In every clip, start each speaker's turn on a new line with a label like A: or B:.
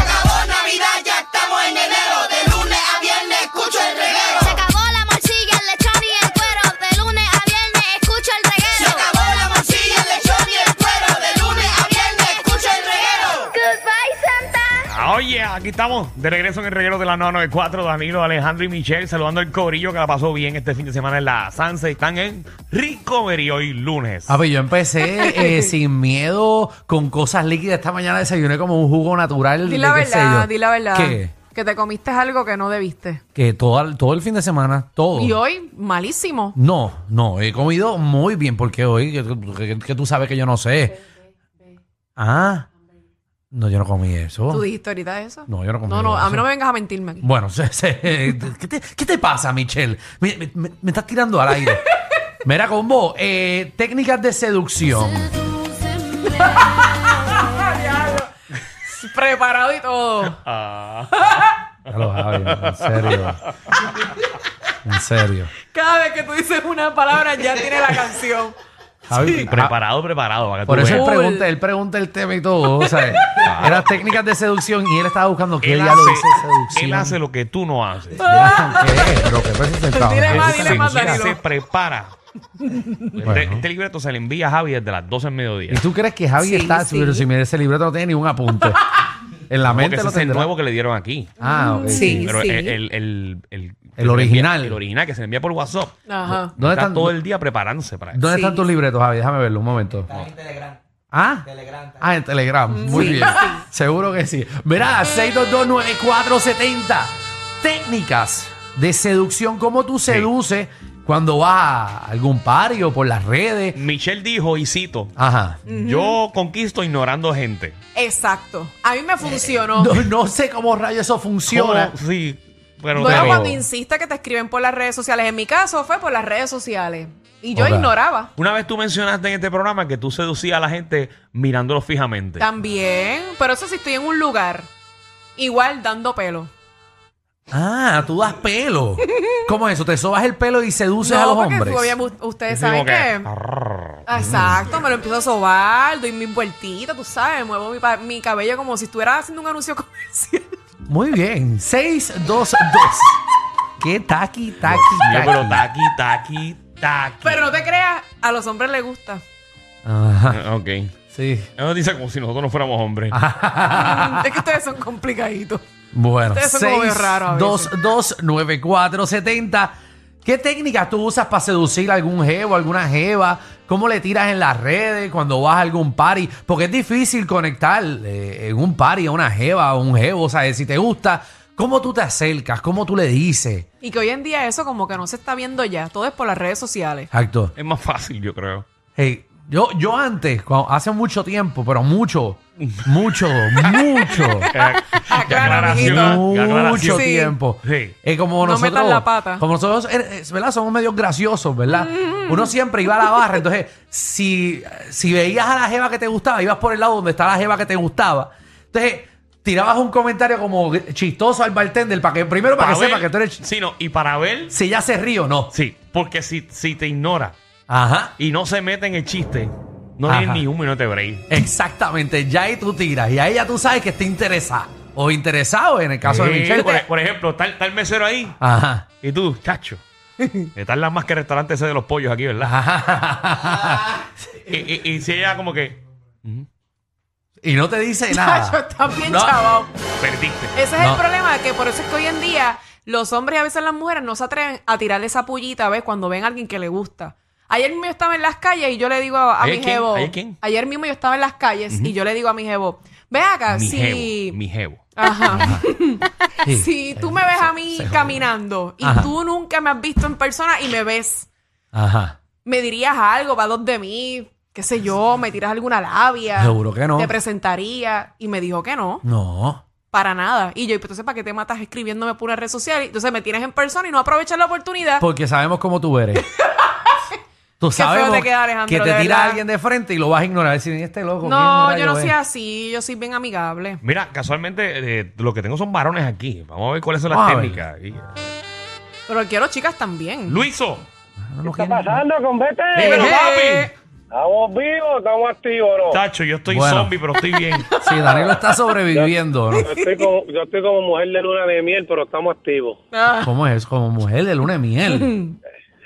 A: Se acabó Navidad, ya estamos en enero. De lunes a viernes escucho el reguero.
B: Se acabó la morcilla, el lechón y el cuero. De lunes a viernes escucho el
A: Se
B: reguero.
A: acabó la morcilla, el lechón y el cuero. De lunes a viernes escucho el reguero.
B: Goodbye, Santa.
C: Ah, Oye, aquí estamos de regreso en el reguero de la 994, Danilo, Alejandro y Michelle, saludando al corillo que la pasó bien este fin de semana en la Sanse. Están en Recovery hoy lunes.
D: Ah, pues yo empecé eh, sin miedo con cosas líquidas. Esta mañana desayuné como un jugo natural.
E: Di
D: de
E: la
D: qué sé
E: verdad,
D: yo.
E: di la verdad.
D: ¿Qué?
E: Que te comiste algo que no debiste.
D: Que todo, el- todo el fin de semana, todo.
E: Y hoy, malísimo.
D: Oh. No, no, he comido muy bien porque hoy, que, que- que tú sabes que yo no sé. Ah, no, yo no comí eso.
E: ¿Tú dijiste ahorita eso?
D: No, yo no comí
E: No, no,
D: eso.
E: a mí no me vengas a mentirme aquí.
D: Bueno, se- se- ¿qué, te, qué te pasa, Michelle? Me, me- me- me estás tirando al aire. Mira, combo, eh, técnicas de seducción.
E: Preparado y todo.
C: Ah,
D: Ya lo sabes, en serio. En serio.
E: Cada vez que tú dices una palabra ya tiene la canción.
D: Javi, ah,
C: Preparado, preparado. para que
D: por
C: tú
D: eso él
C: veas.
E: Full.
D: pregunta, él pregunta el tema y todo. O sea, eran técnicas de seducción y él estaba buscando que
C: él,
D: ella lo dice
C: hace,
D: seducción.
C: él hace lo que tú no haces.
D: Ya, ¿Qué? Pero que pues es el trabajo.
E: Dile más,
C: Él
E: dile
C: se-
E: más,
C: él
E: Danilo.
C: se prepara. Este, este libreto se le envía a Javi desde las 12 del mediodía.
D: ¿Y tú crees que Javi
E: Sí,
D: está?
E: sí.
D: Pero si mira ese libreto no tiene ni un apunte. En la
C: Como que
D: mente
C: ese
D: lo
C: es el
D: tendrá.
C: nuevo que le dieron aquí.
D: Ah, ok.
E: Sí.
C: Pero el, el, el- el-
D: El original.
C: El original que se le envía por WhatsApp.
E: Ajá.
D: ¿Dónde
C: está
D: están,
C: todo el día preparándose para eso.
D: ¿dónde
E: Sí.
D: están tus libretos, Javi? Déjame verlo un momento. ¿Ah? Ah, en Telegram. Muy bien. Seguro que sí. Verá, 6229470. Técnicas de seducción. ¿Cómo tú seduces cuando vas a algún party o por las redes?
C: Michelle dijo, y cito,
D: Ajá.
C: yo conquisto ignorando gente.
E: Exacto. A mí me funcionó.
D: Eh, No, no sé cómo rayos eso funciona.
C: ¿Cómo? Sí, pero,
E: Bueno,
C: pero-
E: cuando insiste que te escriben por las redes sociales. En mi caso fue por las redes sociales. Y yo
D: Ahora.
E: ignoraba.
C: una vez tú mencionaste en este programa que tú seducías a la gente mirándolo fijamente.
E: También. Pero eso sí estoy en un lugar. Igual dando pelo.
D: Ah, tú das pelo. ¿Cómo es eso? ¿Te sobas el pelo y seduces a
E: no,
D: los
E: porque
D: hombres?
E: obviamente ustedes
C: Sí, como
E: saben que...
C: que, "Arr".
E: Exacto, me lo empiezo a sobar, doy mis vueltitas, tú sabes, muevo mi, pa- mi cabello como si estuviera haciendo un anuncio comercial.
D: Muy bien. 622. ¿Qué taqui, taqui,
C: Yo, pero
D: taqui?
C: taqui, taqui, taqui.
E: Pero no te creas, a los hombres les gusta.
D: Ajá.
C: Ah, Ok. Él
D: Sí.
C: nos dice como si nosotros no fuéramos hombres.
E: es que ustedes son complicaditos.
D: Bueno,
E: Ustedes son como medio raros a veces.
D: 6229470. ¿Qué técnicas tú usas para seducir a algún jevo, alguna jeva? ¿Cómo le tiras en las redes cuando vas a algún party? Porque es difícil conectar eh, en un party a una jeva o un jevo. O sea, si te gusta, ¿cómo tú te acercas? ¿Cómo tú le dices?
E: Y que hoy en día eso como que no se está viendo ya, todo es por las redes sociales.
D: Exacto.
C: Es más fácil, yo creo.
D: Hey, yo, yo antes, cuando- hace mucho tiempo, pero mucho, mucho, mucho.
C: Qué
E: Aclara,
C: Eh, aclaración,
E: amiguito.
C: qué aclaración.
D: mucho
E: Sí.
D: tiempo.
C: Sí.
D: Eh, como
E: No
D: nosotros,
E: metan la pata. Mm.
D: Como nosotros, eh, eh, ¿verdad? Somos medio graciosos, ¿verdad? Uno siempre iba a la barra. Entonces, si, si veías a la jeva que te gustaba, ibas por el lado donde está la jeva que te gustaba. Entonces, tirabas un comentario como chistoso al bartender para que, primero para,
C: Para
D: que
C: ver-
D: sepa que tú eres... ch-
C: Sí, no, y para ver...
D: Si ella se ríe o no.
C: Sí, porque si, si te ignora
D: Ajá.
C: y no se mete en el chiste, no
D: Ajá.
C: tienes ni un minuto de break.
D: Exactamente. Ya ahí tú tiras. Y ahí ya tú sabes que está interesada. O interesado en el caso de
C: Sí,
D: Michelle. eh.
C: por, por ejemplo, está, el- está el mesero ahí
D: Ajá.
C: y tú, chacho. Están las más que el restaurante ese de los pollos aquí, ¿verdad? Y, y, y si ella como que
D: y no te dice
E: Chacho,
D: nada.
E: estás bien
D: No.
E: chavao.
C: perdiste.
E: Ese es
D: No.
E: el problema, que por eso es que hoy en día los hombres y a veces las mujeres no se atreven a tirarle esa pullita, ¿ves? Cuando ven a alguien que le gusta. Ayer mismo yo estaba en las calles y yo le digo a, a
C: ¿Ayer
E: mi
C: quién?
E: jevo.
C: ¿Ayer quién?
E: mismo yo estaba en las calles y yo le digo a mi jevo, ve acá,
C: mi
E: si.
C: jevo, mi jevo.
E: Ajá.
D: Sí.
E: si tú me ves a mí caminando y
D: Ajá.
E: tú nunca me has visto en persona y me ves,
D: Ajá.
E: me dirías algo, va dos de mí, qué sé yo, me tiras alguna labia.
D: Seguro que no.
E: Te presentaría. Y me dijo que no.
D: No.
E: Para nada. Y yo, "Pues, entonces, ¿para qué te matas escribiéndome por una red social? Entonces me tienes en persona y no aprovechas la oportunidad.
D: Porque sabemos cómo tú eres. Tú
E: feo
D: sabes
E: te queda, Alejandro,
D: que te
E: de
D: tira
E: verdad.
D: alguien de frente y lo vas a ignorar. Decir, este loco.
E: no,
D: ¿quién
E: yo no
D: rayos
E: soy
D: es?" Ah,
E: así. Yo soy bien amigable.
C: Mira, casualmente eh, lo que tengo son varones aquí. Vamos a ver cuáles son las
D: Vamos a ver.
C: técnicas. Y-
E: Pero quiero chicas también.
C: Luiso,
D: No, no
F: ¿Qué está
D: quiere-
F: pasando, convete?
C: dímelo,
E: Eh.
C: papi.
F: ¿Estamos vivos? ¿Estamos activos o no?
C: Tacho, yo estoy
D: Bueno.
C: zombie, pero estoy bien.
D: Sí, Danilo está sobreviviendo. ¿no?
F: Yo estoy, como, yo estoy como mujer de luna de miel, pero estamos activos.
E: Ah,
D: ¿Cómo es? Como mujer de luna de miel.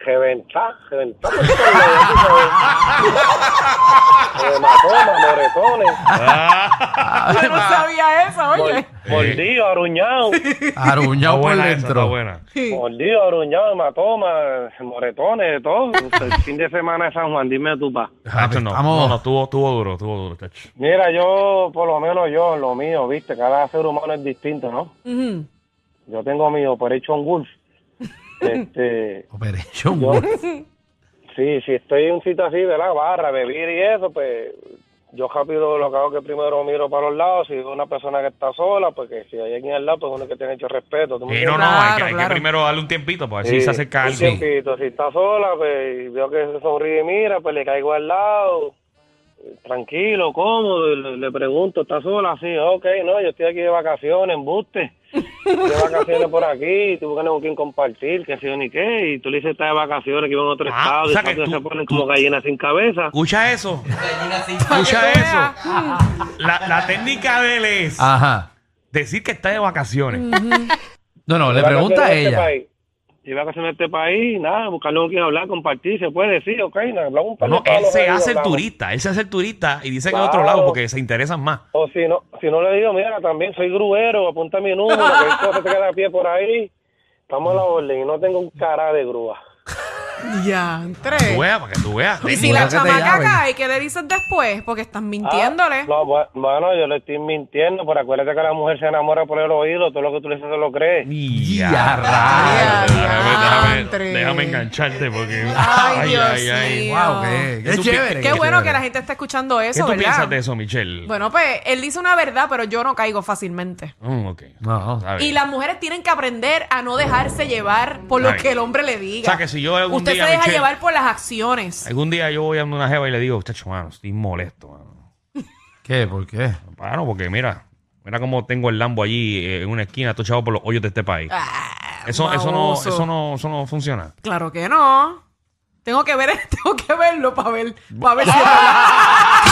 F: Reventá, reventá. por todos lados, tú sabes. Hematomas, moretones,
C: Ah,
E: yo no sabía eso, oye.
F: mordido, aruñado.
D: Aruñado
C: Está
D: por
C: buena esa, está
D: dentro.
C: buena.
F: Mordido, aruñado, hematoma, moretones, de todo. El fin de semana de San Juan, dime tú, pa.
C: Tacho, no,
D: estamos-
C: no, no, estuvo, estuvo duro, estuvo duro, tacho.
F: Mira, yo, por lo menos yo, lo mío, viste, cada ser humano es distinto, ¿no?
E: Ujú.
F: Yo tengo mi Operation Wolf. Este,
D: Operation
F: yo,
D: Wolf.
F: sí, si estoy en un sitio así, de la barra, beber y eso, pues yo rápido lo que hago es que primero miro para los lados, si veo una persona que está sola, porque si hay alguien al lado, pues uno que tiene hecho respeto. ¿tú me
C: Y Eh, no, no,
F: entiendes?
C: hay, que,
E: Claro,
C: hay que
E: claro.
C: primero darle un tiempito para ver si se acerca
F: un
C: alguien.
F: tiempito, Eh, si está sola, pues y veo que se sonríe y mira, pues le caigo al lado, eh, tranquilo, cómodo, y le, le pregunto, ¿está sola? Sí, ok, no, yo estoy aquí de vacaciones, embuste. Estoy de vacaciones por aquí, tú buscas con quién compartir, que sé yo ni qué, y tú le dices, está de vacaciones, que iba a otro
C: Ah,
F: estado,
C: o sea
F: y
C: que
F: entonces
C: tú-
F: se ponen
C: tú-
F: como gallinas sin cabeza.
C: Escucha eso.
E: Para
C: Escucha
E: que vea.
C: eso. La, la técnica de él es
D: Ajá.
C: decir que está de vacaciones.
D: No, no, le
F: Lleva
D: pregunta a
F: vacaciones en este
D: ella.
F: país. Lleva vacaciones en este país, nada, buscarle con quien hablar, compartir, se puede decir, ok, nada, hablamos un par de
C: No, él
F: palos
C: se
F: ahí,
C: hace el
F: hablamos.
C: turista, él se hace el turista y dice que es
F: Claro.
C: otro lado porque se interesan más.
F: O si no, si no le digo, mira, también soy grubero, apunta mi número, cualquier cosa te queda a pie por ahí. Estamos a la orden y no tengo un cara de grúa.
E: Ya,
C: Tú
E: entré.
C: veas, para que tú veas.
E: Y si
D: Bueno,
E: la
D: que te
E: chamaca
D: llamen.
E: cae, ¿qué le dices después? Porque estás mintiéndole.
F: Ah, no, bu- bueno, yo le estoy mintiendo, pero acuérdate que la mujer se enamora por el oído, todo lo que tú le dices se lo crees.
C: Y
D: Ya,
C: ya,
D: rayos.
C: déjame, déjame,
E: diantre.
C: déjame engancharte porque.
E: Ay, Dios mío.
D: Wow, qué, qué
C: Es un pi-
D: chévere.
E: Qué bueno
D: chévere.
E: que la gente está escuchando
C: ¿Qué
E: eso,
C: tú
E: ¿verdad?
C: piensas de eso, Michelle?
E: Bueno, pues él dice una verdad, pero yo no caigo fácilmente.
C: Mm, ok.
D: No, no.
C: Está bien.
E: Y las mujeres tienen que aprender a no dejarse llevar por lo
C: Ay.
E: que el hombre le
C: O
E: diga.
C: sea, que si yo algún
E: Usted
C: día.
E: se deja
C: Michelle,
E: llevar por las acciones.
C: Algún día yo voy a una jeva y le digo, chacho, mano, estoy molesto, mano.
D: ¿Qué? ¿Por qué?
C: Paro, porque mira, mira cómo tengo el Lambo allí eh, en una esquina, todo chavo por los hoyos de este país.
E: Ah,
C: eso, eso, no,
E: baboso.
C: eso, no, eso no funciona.
E: Claro que no. Tengo que ver, tengo que verlo para ver, para ver si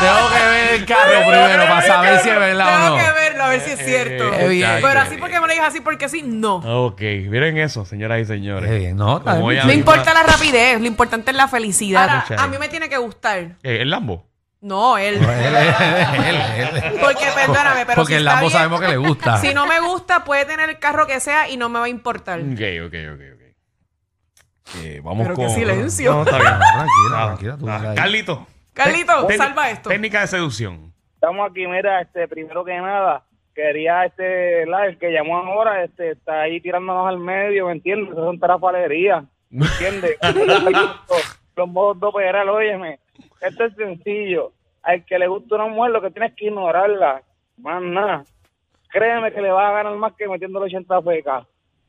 D: Tengo que ver el carro primero para saber si es verdad o
E: Tengo que
D: no.
E: verlo a ver si es cierto.
D: Qué bien.
E: Pero así porque me lo digas así porque sí, no.
C: Ok, miren eso, señoras y señores.
D: Qué bien, Eh, no, está
C: Como
D: bien.
C: ella
E: No
C: misma-
E: importa la rapidez, lo importante es la felicidad.
C: Ahora,
E: a mí me tiene que gustar.
C: Eh, el Lambo.
E: No, él.
D: Él, él, él, él.
E: Porque perdóname, pero
D: Porque
E: si
D: el
E: está
D: Lambo
E: bien-
D: sabemos que le gusta.
E: Si no me gusta, puede tener el carro que sea y no me va a importar.
C: Ok, ok, ok, ok. Eh, vamos
E: Pero qué
C: con...
E: silencio.
C: No, está bien.
D: Ah, tranquila,
C: Ah,
D: tranquila, tú
C: ah,
D: dale ahí.
C: Carlito.
E: Carlito,
C: Técnica-
E: salva esto.
C: Técnica de seducción.
G: Estamos aquí, mira, este, primero que nada, quería este live que llamó ahora, este, está ahí tirándonos al medio, ¿me entiendes? Eso son trafalerías, ¿me entiendes? los, los modos de operar, óyeme, esto es sencillo, al que le gusta una mujer lo que tienes que ignorarla, más nada. Créeme que le vas a ganar más que metiendo los 80 pecas.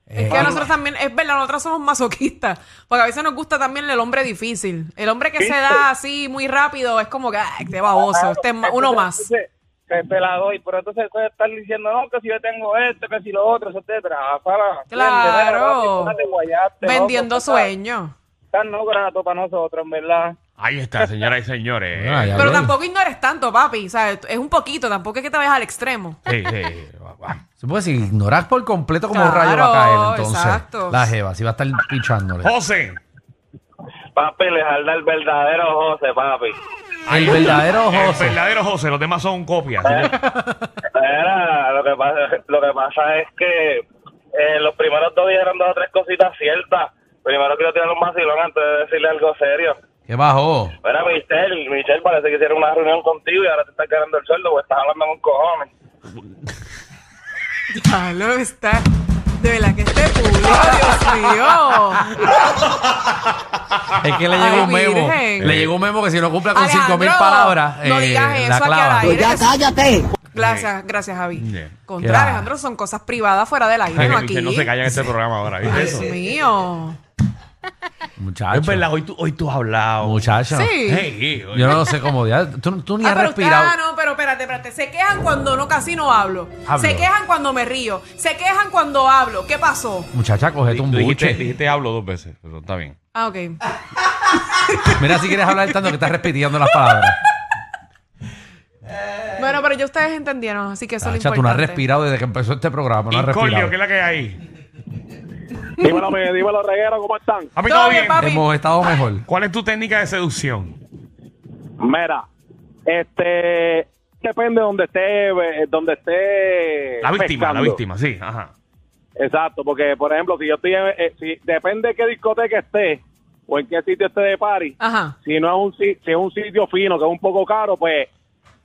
E: Es que nosotros también, es verdad, nosotros somos masoquistas. Porque a veces nos gusta también el hombre difícil. El hombre que se da así muy rápido es como que, ay, este baboso, este es ma- uno más.
G: Entonces, Te, te la doy, pero entonces puedes estar diciendo, no, que si yo tengo esto, que si lo otro, eso te trafa.
E: Claro.
G: Te guayaste, loco,
E: Vendiendo
G: o sea,
E: sueños.
G: tan no grato para nosotros, en verdad.
C: Ahí está, señoras y señores.
D: Ah, ya
E: Pero
D: habló.
E: tampoco ignores tanto, papi. O sea, es un poquito, tampoco es que te vayas al extremo.
C: Sí, sí. va, va.
D: Se puede decir, ignorar por completo como un
E: Claro,
D: rayo va a caer entonces.
E: exacto.
D: La jeva, si va a estar pichándole.
C: José.
F: Papi, le jala el verdadero José, papi.
D: El verdadero
C: El
D: José.
C: verdadero José. Los demás son copias.
F: Era, lo que pasa, lo que pasa es que eh, los primeros dos días eran dos o tres cositas ciertas. Primero quiero tirar un vacilón antes de decirle algo serio.
D: ¿Qué bajó?
F: Mira, Michelle, Michelle parece que hicieron una reunión contigo y ahora te estás ganando el sueldo porque estás hablando con cojones.
E: Ya lo está. De verdad que este público, Dios mío.
D: Es que le
E: Ay,
D: llegó un memo.
E: virgen.
D: Le llegó un memo que si no cumple con
E: Alejandro,
D: 5000 palabras. eh,
E: no digas eso aquí al aire.
A: Ya cállate.
E: Gracias, gracias, Javi.
C: Yeah.
E: Contra
D: Yeah.
E: Alejandro, son cosas privadas fuera del aire, no
C: Que
E: aquí.
C: no se calla en este programa ahora, ¿viste
E: Dios
C: eso?
E: mío.
D: Muchacho.
C: Ah, Es verdad, hoy tú, hoy tú has hablado.
D: Muchacho.
E: Sí.
C: Hey, hoy-
D: Yo no sé cómo ya. Tú, tú ni
E: Ah,
D: has
E: pero usted- ah,
D: respirado.
E: no, pero espérate, espérate. Se quejan cuando no casi no hablo.
D: Hablo.
E: Se quejan cuando me río. Se quejan cuando hablo. ¿Qué pasó?
D: Muchacha, cogete un
C: Tú dijiste,
D: buche.
C: dijiste hablo dos veces, pero está bien.
E: Ah, ok.
D: Mira si quieres hablar tanto que estás repitiendo las palabras.
E: Bueno, pero ya ustedes entendieron, así que eso es lo
D: Chacha, tú no has
E: importante.
D: respirado desde que empezó este programa. No has
C: Incordio,
D: respirado.
C: ¿qué es la que hay ahí?
G: Dímelo, me- dímelo, reguero, ¿cómo están?
C: A mí
E: Todo
C: todo
E: bien,
C: bien.
E: papi.
D: Hemos estado mejor.
C: ¿Cuál es tu técnica de seducción?
G: Mira, este depende de donde esté, eh, donde esté
C: La víctima, la
G: pescando.
C: víctima, sí. Ajá.
G: Exacto, porque por ejemplo, si yo estoy, en- eh, si depende de qué discoteca esté o en qué sitio esté de party,
E: Ajá.
G: si no es un si, si es un sitio fino que es un poco caro, pues,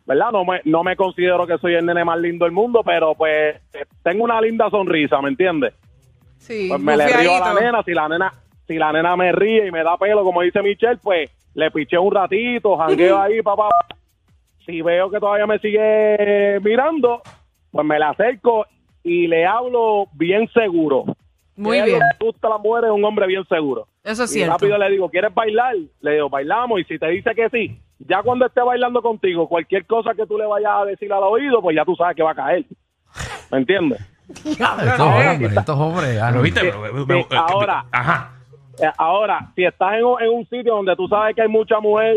G: verdad, no me no me considero que soy el nene más lindo del mundo, pero pues eh, tengo una linda sonrisa, ¿me entiendes?
E: Sí.
G: Pues me le río a la
E: confiadito.
G: nena, si la nena, si la nena me ríe y me da pelo, como dice Michelle, pues le piché un ratito, jangueo ahí, papá. Si veo que todavía me sigue mirando, pues me la acerco y le hablo bien seguro.
E: Muy
G: Que a
E: bien.
G: ellos les gusta la mujer es un hombre bien seguro.
E: Eso es
G: y
E: cierto.
G: rápido le digo, ¿quieres bailar? Le digo, bailamos. Y si te dice que sí, ya cuando esté bailando contigo, cualquier cosa que tú le vayas a decir al oído, pues ya tú sabes que va a caer. ¿Me entiendes?
E: Ah,
D: Estos
E: eh.
D: hombres, estos hombres. ah,
C: ¿Lo
D: no.
C: viste?
G: Sí,
C: Pero-
G: sí,
C: pero-
G: ahora.
C: Ajá.
G: Eh, Ahora, si estás en, un- en un sitio donde tú sabes que hay mucha mujer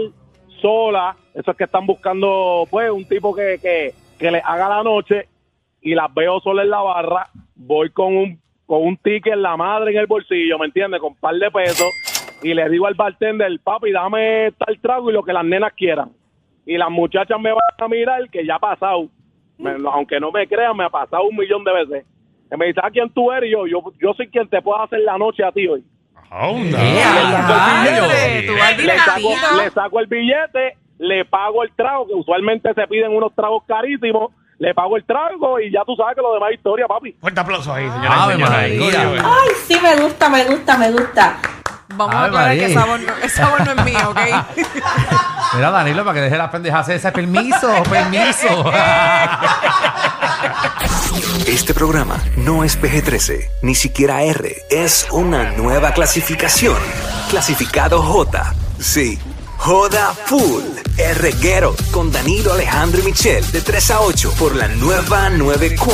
G: sola, eso es que están buscando, pues, un tipo que, que, que le haga la noche y las veo sola en la barra, voy con un, con un ticket en la madre en el bolsillo, ¿me entiendes? Con un par de pesos y le digo al bartender, papi, dame tal trago y lo que las nenas quieran. Y las muchachas me van a mirar que ya ha pasado. Me- aunque no me crean, me ha pasado un millón de veces. Y me dice, ¿a quién tú eres? Y yo, yo, yo soy quien te puedo hacer la noche a ti hoy.
C: Onda.
D: ¡Ea,
E: madre! Eh, Tú vas
C: Bien.
G: le saco,
E: dinamita.
G: le saco el billete, le pago el trago, que usualmente se piden unos tragos carísimos, le pago el trago y ya tú sabes que lo demás es historia, papi.
C: Fuerte aplauso ahí, señora.
D: Ave María.
C: eh.
H: Ay, sí, me gusta, me gusta, me gusta.
E: Vamos a
D: Ave
E: aclarar que
D: María.
E: el sabor, no, el sabor no es mío, ¿ok?
D: Mira, Danilo, para que deje las pendejas esas. Permiso, permiso.
E: Eh,
I: Este programa no es PG-13, ni siquiera R. Es una nueva clasificación. Clasificado J. Sí. Joda Full. R. Guerrero con Danilo Alejandro y Michel de 3 a 8 por la nueva 94.